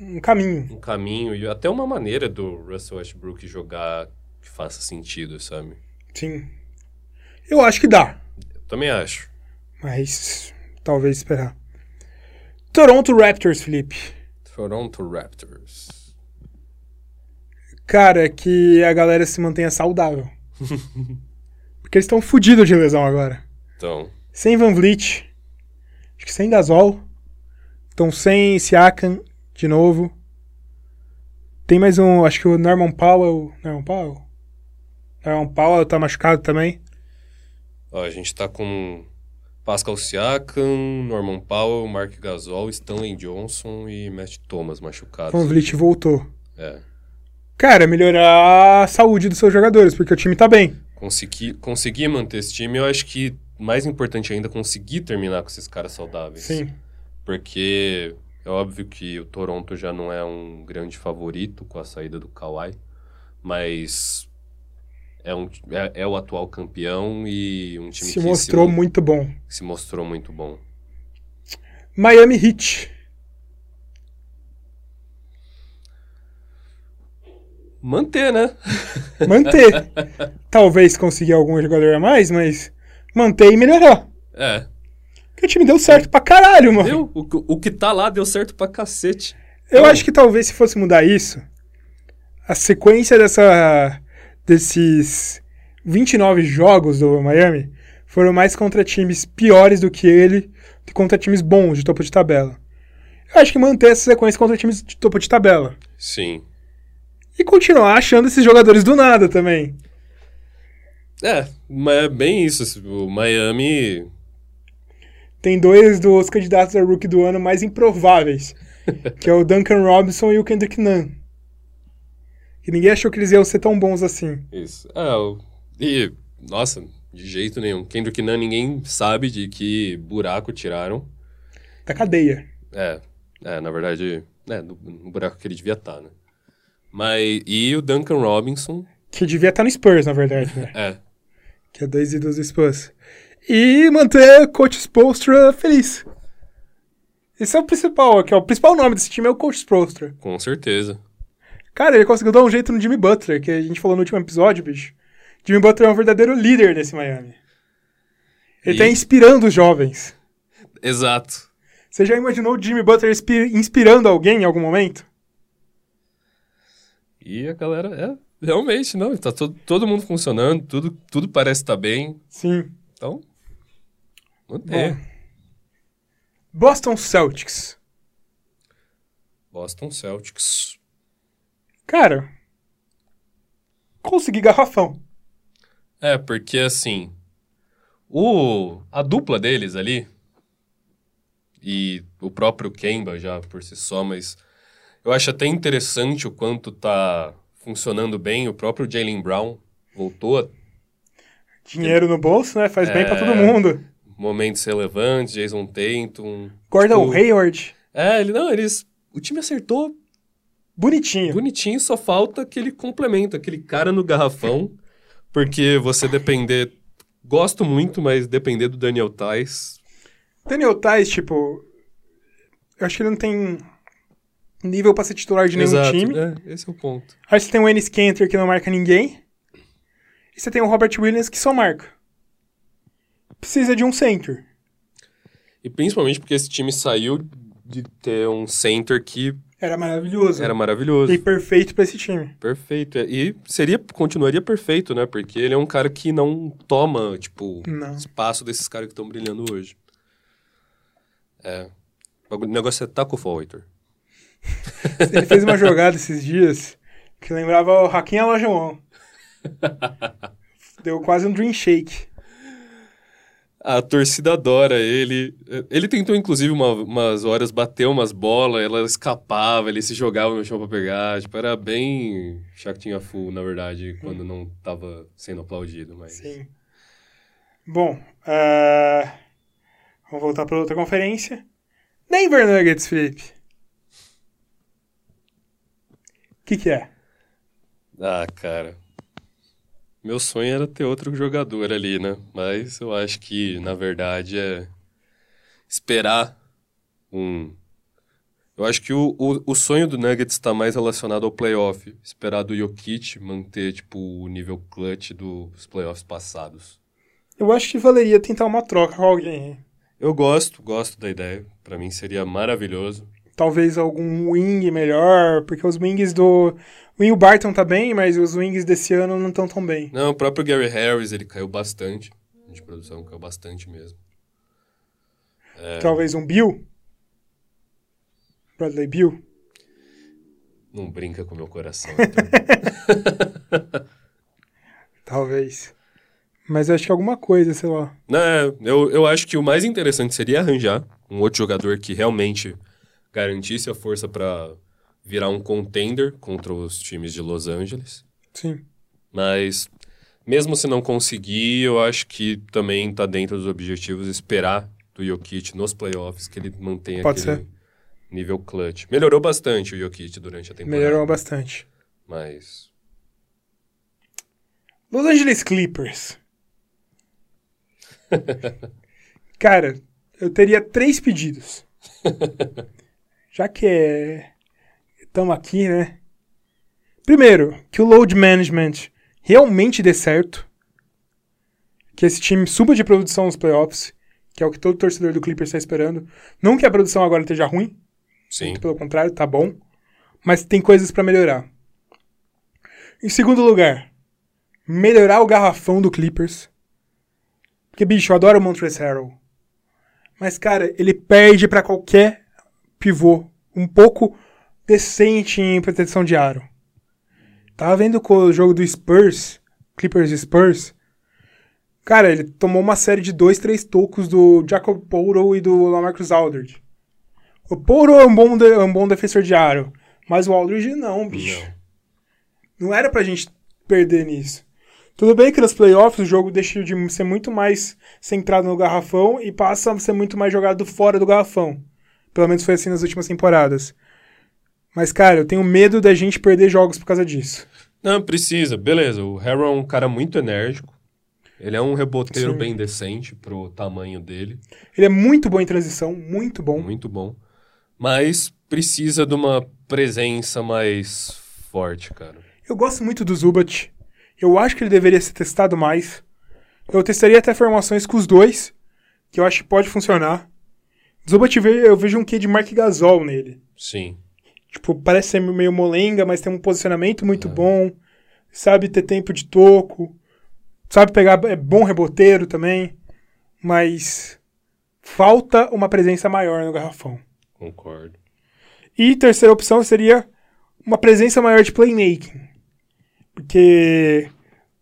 Speaker 1: um caminho.
Speaker 2: um caminho e até uma maneira do Russell Westbrook jogar que faça sentido, sabe?
Speaker 1: Sim. Eu acho que dá,
Speaker 2: Eu também acho.
Speaker 1: mas talvez esperar. Toronto Raptors, Felipe.
Speaker 2: Toronto Raptors.
Speaker 1: Cara, que a galera se mantenha saudável. Porque eles estão fodidos de lesão agora.
Speaker 2: Então,
Speaker 1: Sem Van Vliet, acho que sem Gasol, estão sem Siakam de novo. Tem mais um, acho que o Norman Powell. Norman Powell? Norman Powell tá machucado também.
Speaker 2: ó, a gente tá com Pascal Siakam, Norman Powell, Mark Gasol, Stanley Johnson e Matt Thomas machucados.
Speaker 1: Van Vliet voltou.
Speaker 2: É.
Speaker 1: Cara, melhorar a saúde dos seus jogadores, porque o time tá bem.
Speaker 2: conseguir, conseguir manter esse time, eu acho que mais importante ainda conseguir terminar com esses caras saudáveis.
Speaker 1: Sim.
Speaker 2: Porque é óbvio que o Toronto já não é um grande favorito com a saída do Kawhi, mas é, um, é, é o atual campeão e um time
Speaker 1: se
Speaker 2: que
Speaker 1: mostrou
Speaker 2: se,
Speaker 1: muito bom.
Speaker 2: se mostrou muito bom.
Speaker 1: Miami Heat.
Speaker 2: Manter, né?
Speaker 1: Manter. Talvez conseguir algum jogador a mais, mas manter e melhorar.
Speaker 2: É,
Speaker 1: Porque o time deu certo pra caralho, mano.
Speaker 2: deu, o, que- o que tá lá deu certo pra cacete.
Speaker 1: Eu acho que talvez se fosse mudar isso, a sequência dessa desses 29 jogos do Miami foram mais contra times piores do que ele, que contra times bons de topo de tabela. Eu acho que manter essa sequência contra times de topo de tabela.
Speaker 2: Sim.
Speaker 1: E continuar achando esses jogadores do nada também.
Speaker 2: É, mas é bem isso. O Miami
Speaker 1: tem dois dos candidatos a rookie do ano mais improváveis, que é o Duncan Robinson e o Kendrick Nunn. E ninguém achou que eles iam ser tão bons assim.
Speaker 2: Isso. É, o- e, nossa, de jeito nenhum. Kendrick Nunn, ninguém sabe de que buraco tiraram.
Speaker 1: Da cadeia.
Speaker 2: É, é na verdade, é, no, no buraco que ele devia estar, né? Mas, e o Duncan Robinson,
Speaker 1: Que devia estar no Spurs, na verdade, né?
Speaker 2: é,
Speaker 1: Que é dois ídolos do Spurs. E manter Coach Spolstra feliz. Esse é o principal aqui, ó. O principal nome desse time é o Coach Sprostra.
Speaker 2: Com certeza.
Speaker 1: Cara, ele conseguiu dar um jeito no Jimmy Butler, que a gente falou no último episódio, bicho. Jimmy Butler é um verdadeiro líder nesse Miami. Ele
Speaker 2: E-
Speaker 1: tá inspirando os jovens.
Speaker 2: Exato.
Speaker 1: Você já imaginou o Jimmy Butler inspi- inspirando alguém em algum momento?
Speaker 2: E a galera, é, realmente, não. Tá todo, todo mundo funcionando, tudo, tudo parece estar bem.
Speaker 1: Sim.
Speaker 2: Então, manter.
Speaker 1: Boston Celtics.
Speaker 2: Boston Celtics.
Speaker 1: Cara, consegui garrafão.
Speaker 2: É, porque assim, o, a dupla deles ali, e o próprio Kemba já por si só, mas eu acho até interessante o quanto tá funcionando bem. O próprio Jalen Brown voltou a
Speaker 1: Dinheiro no bolso, né? Faz bem pra
Speaker 2: É.
Speaker 1: todo mundo.
Speaker 2: momentos relevantes, Jason Tatum.
Speaker 1: Gordon
Speaker 2: Tipo,
Speaker 1: Hayward,
Speaker 2: É, ele não, eles. O time acertou
Speaker 1: bonitinho.
Speaker 2: bonitinho, só falta aquele complemento, aquele cara no garrafão. Porque você depender. Gosto muito, mas depender do Daniel Tais.
Speaker 1: Daniel Tais, tipo, eu acho que ele não tem nível pra ser titular de nenhum
Speaker 2: Exato,
Speaker 1: time.
Speaker 2: é, esse é o ponto.
Speaker 1: Aí você tem o Ennis Cantor que não marca ninguém. E você tem o Robert Williams que só marca. Precisa de um center.
Speaker 2: E principalmente porque esse time saiu de ter um center que
Speaker 1: Era maravilhoso.
Speaker 2: era maravilhoso.
Speaker 1: E perfeito pra esse time.
Speaker 2: Perfeito. E seria, continuaria perfeito, né? Porque ele é um cara que não toma, tipo,
Speaker 1: Não.
Speaker 2: espaço desses caras que estão brilhando hoje. É. O bagulho- o negócio é taco fall, Heitor.
Speaker 1: Ele fez uma jogada esses dias que lembrava o Raquinha Lajão. Deu quase um dream shake.
Speaker 2: A torcida adora ele. Ele tentou, inclusive, uma- umas horas bater umas bolas, ela escapava, ele se jogava no chão pra pegar. Tipo, era bem chatinha full, na verdade, quando não tava sendo aplaudido, mas...
Speaker 1: Sim. Bom, ah, vamos voltar para outra conferência. Denver Nuggets, Felipe. O que, que é?
Speaker 2: Ah, cara. Meu sonho era ter outro jogador ali, né? Mas eu acho que, na verdade, é esperar um. Eu acho que o, o, o sonho do Nuggets está mais relacionado ao playoff. Esperar do Jokic manter, tipo, o nível clutch dos playoffs passados.
Speaker 1: Eu acho que valeria tentar uma troca com alguém.
Speaker 2: Eu gosto, gosto da ideia. Pra mim seria maravilhoso.
Speaker 1: Talvez algum wing melhor, porque os wings do... O Will Barton tá bem, mas os wings desse ano não estão tão bem.
Speaker 2: Não, o próprio Gary Harris, ele caiu bastante de produção, caiu bastante mesmo.
Speaker 1: Talvez um Bill? Bradley Bill?
Speaker 2: Não brinca com o meu coração, Heitor.
Speaker 1: Talvez. Mas eu acho que alguma coisa, sei lá.
Speaker 2: Né, eu, eu acho que o mais interessante seria arranjar um outro jogador que realmente garantisse a força pra virar um contender contra os times de Los Angeles.
Speaker 1: Sim.
Speaker 2: Mas, mesmo se não conseguir, eu acho que também tá dentro dos objetivos esperar do Jokic nos playoffs que ele mantenha
Speaker 1: Pode
Speaker 2: aquele
Speaker 1: ser.
Speaker 2: nível clutch. Melhorou bastante o Jokic durante a temporada.
Speaker 1: Melhorou bastante.
Speaker 2: Mas,
Speaker 1: Los Angeles Clippers. Cara, eu teria três pedidos. Já que é. Estamos aqui, né? Primeiro, que o load management realmente dê certo. Que esse time suba de produção nos playoffs, que é o que todo torcedor do Clippers está esperando. Não que a produção agora esteja ruim,
Speaker 2: sim,
Speaker 1: pelo contrário, tá bom. Mas tem coisas pra melhorar. Em segundo lugar, melhorar o garrafão do Clippers. Porque, bicho, eu adoro o Montrezl Harrell. Mas, cara, ele perde pra qualquer pivô um pouco decente em proteção de aro. Tava vendo com o jogo do Spurs, Clippers e Spurs. Cara, ele tomou uma série de dois, três tocos do Jacob Porto e do Lamarcus Aldridge. O Poro é um bom, de- é um bom defensor de aro, mas o Aldridge não, bicho. Não. era pra gente perder nisso. Tudo bem que nos playoffs o jogo deixa de ser muito mais centrado no garrafão e passa a ser muito mais jogado fora do garrafão. Pelo menos foi assim nas últimas temporadas. Mas, cara, eu tenho medo da gente perder jogos por causa disso.
Speaker 2: Não, precisa, beleza. O Harry é um cara muito enérgico. Ele é um reboteiro
Speaker 1: Sim.
Speaker 2: bem decente pro tamanho dele.
Speaker 1: Ele é muito bom em transição, muito bom.
Speaker 2: Muito bom. Mas precisa de uma presença mais forte, cara.
Speaker 1: Eu gosto muito do Zubat. Eu acho que ele deveria ser testado mais. Eu testaria até formações com os dois, que eu acho que pode funcionar. Zubat, ve- eu vejo um quê de Mark Gasol nele.
Speaker 2: Sim.
Speaker 1: Tipo, parece ser meio molenga, mas tem um posicionamento muito bom. Sabe ter tempo de toco. Sabe pegar. É bom reboteiro também. Mas. Falta uma presença maior no garrafão.
Speaker 2: Concordo.
Speaker 1: E terceira opção seria uma presença maior de playmaking. Porque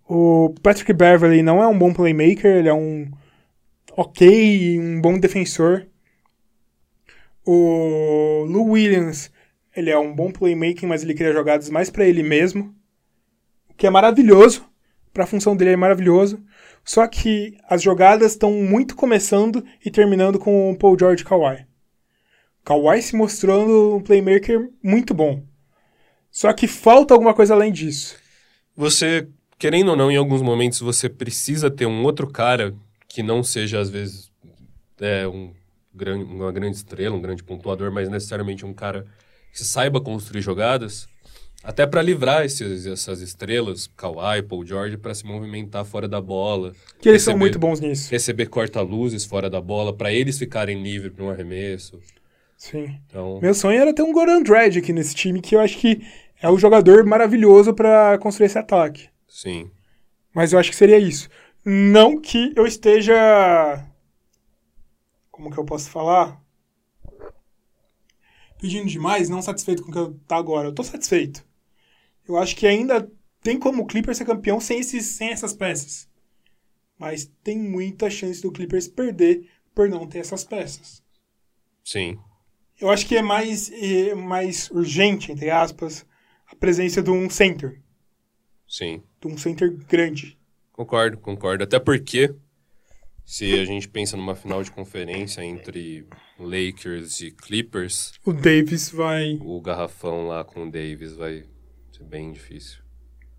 Speaker 1: o Patrick Beverly não é um bom playmaker, ele é um ok, um bom defensor. O Lou Williams, ele é um bom playmaking, mas ele cria jogadas mais para ele mesmo, o que é maravilhoso, para a função dele é maravilhoso. Só que as jogadas estão muito começando e terminando com o Paul George e Kawhi. Kawhi se mostrando um playmaker muito bom. Só que falta alguma coisa além disso.
Speaker 2: Você, querendo ou não, em alguns momentos você precisa ter um outro cara que não seja, às vezes, é, um gran- uma grande estrela, um grande pontuador, mas necessariamente um cara que saiba construir jogadas, até para livrar esses- essas estrelas, Kawhi, Paul George, para se movimentar fora da bola.
Speaker 1: Que eles são
Speaker 2: receber-
Speaker 1: muito bons nisso.
Speaker 2: Receber corta-luzes fora da bola, para eles ficarem livres para um arremesso.
Speaker 1: Sim.
Speaker 2: Então,
Speaker 1: Meu sonho era ter um Goran Dredd aqui nesse time, que eu acho que é o jogador maravilhoso pra construir esse ataque.
Speaker 2: sim.
Speaker 1: Mas eu acho que seria isso. Não que eu esteja. Como que eu posso falar? Pedindo demais, não satisfeito com o que eu tá agora. Eu tô satisfeito. Eu acho que ainda tem como o Clippers ser campeão sem, esses, sem essas peças. Mas tem muita chance do Clippers perder por não ter essas peças.
Speaker 2: Sim.
Speaker 1: Eu acho que é mais, eh, mais urgente, entre aspas, a presença de um center.
Speaker 2: Sim.
Speaker 1: De um center grande.
Speaker 2: Concordo, concordo. Até porque, se a gente pensa numa final de conferência entre Lakers e Clippers,
Speaker 1: O Davis vai.
Speaker 2: o garrafão lá com o Davis vai ser bem difícil.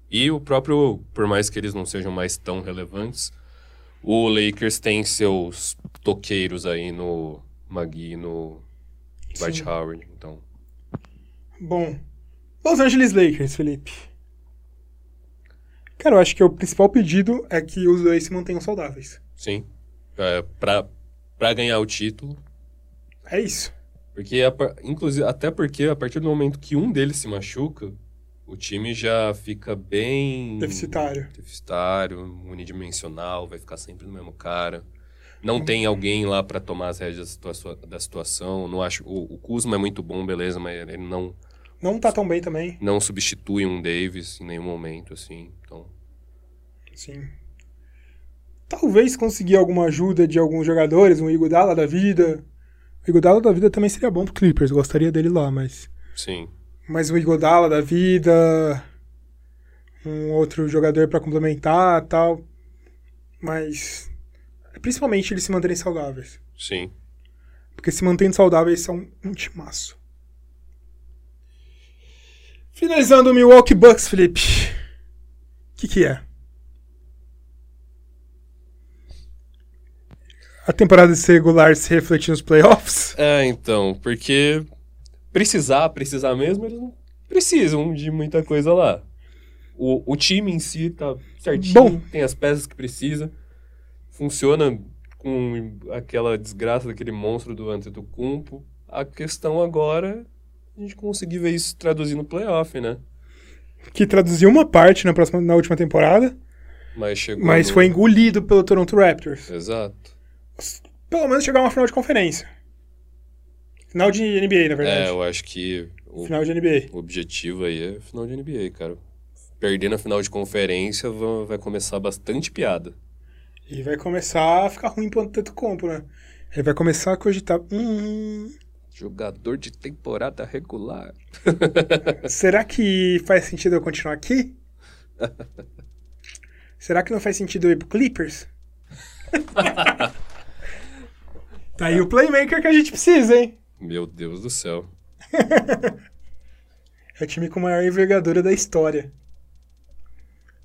Speaker 2: E o próprio, por mais que eles não sejam mais tão relevantes, o Lakers tem seus toqueiros aí no Magui e no Dwight Howard. Então,
Speaker 1: Bom, Los Angeles Lakers, Felipe. Cara, eu acho que o principal pedido é que os dois se mantenham saudáveis.
Speaker 2: sim, é, pra, pra ganhar o título,
Speaker 1: É isso.
Speaker 2: Porque, a par- inclusive, até porque a partir do momento que um deles se machuca, o time já fica bem.
Speaker 1: Deficitário.
Speaker 2: Deficitário, unidimensional, vai ficar sempre no mesmo cara. Não tem alguém lá pra tomar as rédeas da situa- da situação. Não acho, o, o Kuzma é muito bom, beleza, mas ele não,
Speaker 1: Não tá tão bem também.
Speaker 2: não substitui um Davis em nenhum momento, assim. Então,
Speaker 1: Sim. Talvez conseguir alguma ajuda de alguns jogadores, um Igodala da vida. O Igodala da vida também seria bom pro Clippers, eu gostaria dele lá, mas.
Speaker 2: sim.
Speaker 1: Mas o Igodala da vida. Um outro jogador pra complementar tal. Mas. Principalmente eles se manterem saudáveis.
Speaker 2: Sim.
Speaker 1: Porque se mantendo saudáveis são um timaço. Finalizando o Milwaukee Bucks, Felipe. O que, que é? A temporada regular se refletir nos playoffs?
Speaker 2: É, então, porque precisar, precisar mesmo, eles não precisam de muita coisa lá. O, o time em si tá certinho,
Speaker 1: Bom.
Speaker 2: tem as peças que precisa, funciona com aquela desgraça daquele monstro do Antetokounmpo. A questão agora é a gente conseguir ver isso traduzindo no playoff, né?
Speaker 1: Que traduziu uma parte na, próxima, na última temporada,
Speaker 2: Mas chegou
Speaker 1: mas
Speaker 2: no-
Speaker 1: foi engolido pelo Toronto Raptors.
Speaker 2: Exato.
Speaker 1: Pelo menos chegar a uma final de conferência. Final de NBA, na
Speaker 2: É,
Speaker 1: verdade.
Speaker 2: eu acho que o
Speaker 1: Final de NBA.
Speaker 2: O objetivo aí é final de NBA, cara. Perder na final de conferência va- vai começar bastante piada.
Speaker 1: E vai começar a ficar ruim pro Antetokounmpo, né? Ele vai começar a cogitar. Hum,
Speaker 2: Jogador de temporada regular.
Speaker 1: Será que faz sentido eu continuar aqui? Será que não faz sentido eu ir pro Clippers? tá aí o playmaker que a gente precisa, hein?
Speaker 2: Meu Deus do céu.
Speaker 1: É o time com maior envergadura da história.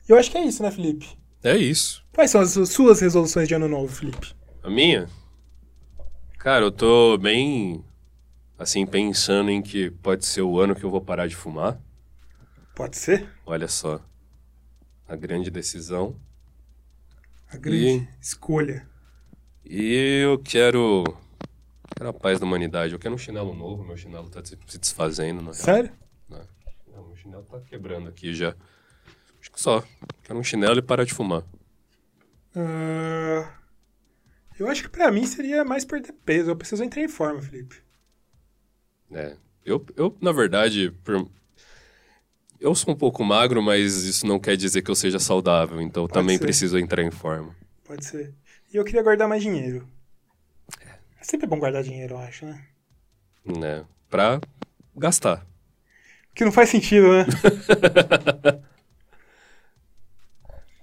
Speaker 1: Eu acho que é isso, né, Felipe?
Speaker 2: É isso.
Speaker 1: Quais são as suas resoluções de ano novo, Felipe?
Speaker 2: A minha? Cara, eu tô bem assim, pensando em que pode ser o ano que eu vou parar de fumar.
Speaker 1: Pode ser?
Speaker 2: Olha só, a grande decisão.
Speaker 1: A grande escolha.
Speaker 2: E eu quero. Quero a paz da humanidade. Eu quero um chinelo novo. Meu chinelo tá se se desfazendo. Na real.
Speaker 1: Sério?
Speaker 2: Né? Não, meu chinelo tá quebrando aqui já. Acho que só. Quero um chinelo e parar de fumar.
Speaker 1: Ah, eu acho que pra mim seria mais perder peso. Eu preciso entrar em forma, Felipe.
Speaker 2: É. Eu, eu na verdade, por- eu sou um pouco magro, mas isso não quer dizer que eu seja saudável. Então eu também
Speaker 1: ser.
Speaker 2: preciso entrar em forma.
Speaker 1: Pode ser. E eu queria guardar mais dinheiro. É sempre bom guardar dinheiro, eu acho, né?
Speaker 2: Né? Pra gastar.
Speaker 1: Que não faz sentido, né?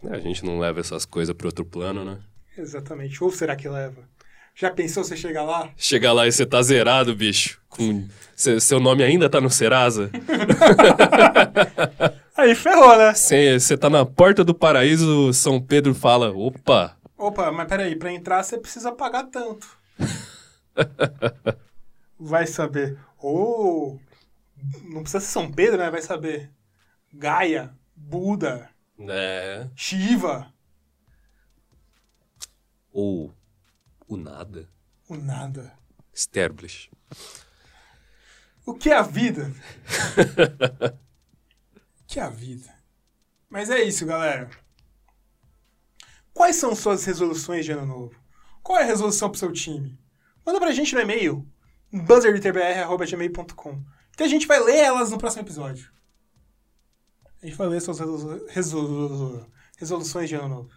Speaker 2: É, A gente não leva essas coisas pra outro plano, né?
Speaker 1: Exatamente. Ou será que leva? Já pensou você chegar lá?
Speaker 2: Chegar lá e você tá zerado, bicho. Com... se- seu nome ainda tá no Serasa?
Speaker 1: Aí ferrou, né?
Speaker 2: Você você tá na porta do paraíso, São Pedro fala: opa,
Speaker 1: Opa, mas peraí, pra entrar você precisa pagar tanto. Vai saber. Ou. não precisa ser São Pedro, né? Vai saber. Gaia, Buda,
Speaker 2: né?
Speaker 1: Shiva.
Speaker 2: Ou o nada.
Speaker 1: O nada.
Speaker 2: Sterblish.
Speaker 1: O que é a vida? o que é a vida? Mas é isso, galera. Quais são suas resoluções de ano novo? Qual é a resolução pro seu time? Manda pra gente no e-mail buzzerdtbr.gmail.com que a gente vai ler elas no próximo episódio. A gente vai ler suas resolu- resolu- resoluções de ano novo.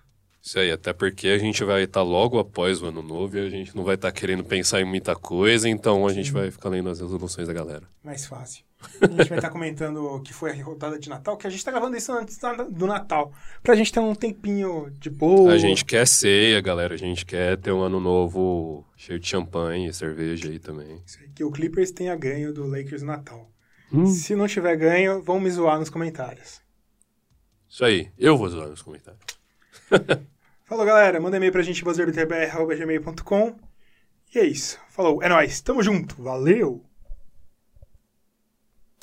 Speaker 2: Isso aí, até porque a gente vai estar logo após o ano novo e a gente não vai estar querendo pensar em muita coisa, então a gente vai ficar lendo as resoluções da galera.
Speaker 1: Mais fácil. A gente vai estar comentando o que foi a rodada de Natal, que a gente tá gravando isso antes da- do Natal. Pra gente ter um tempinho de boa.
Speaker 2: A gente quer ceia, galera. A gente quer ter um ano novo cheio de champanhe e cerveja aí também.
Speaker 1: Isso aí, Que o Clippers tenha ganho do Lakers no Natal.
Speaker 2: Hum.
Speaker 1: Se não tiver ganho, vão me zoar nos comentários.
Speaker 2: Isso aí, eu vou zoar nos comentários.
Speaker 1: Falou, galera. Manda e-mail pra gente, buzzerdoTBR.gmail.com. E é isso. Falou. É nóis. Tamo junto. Valeu!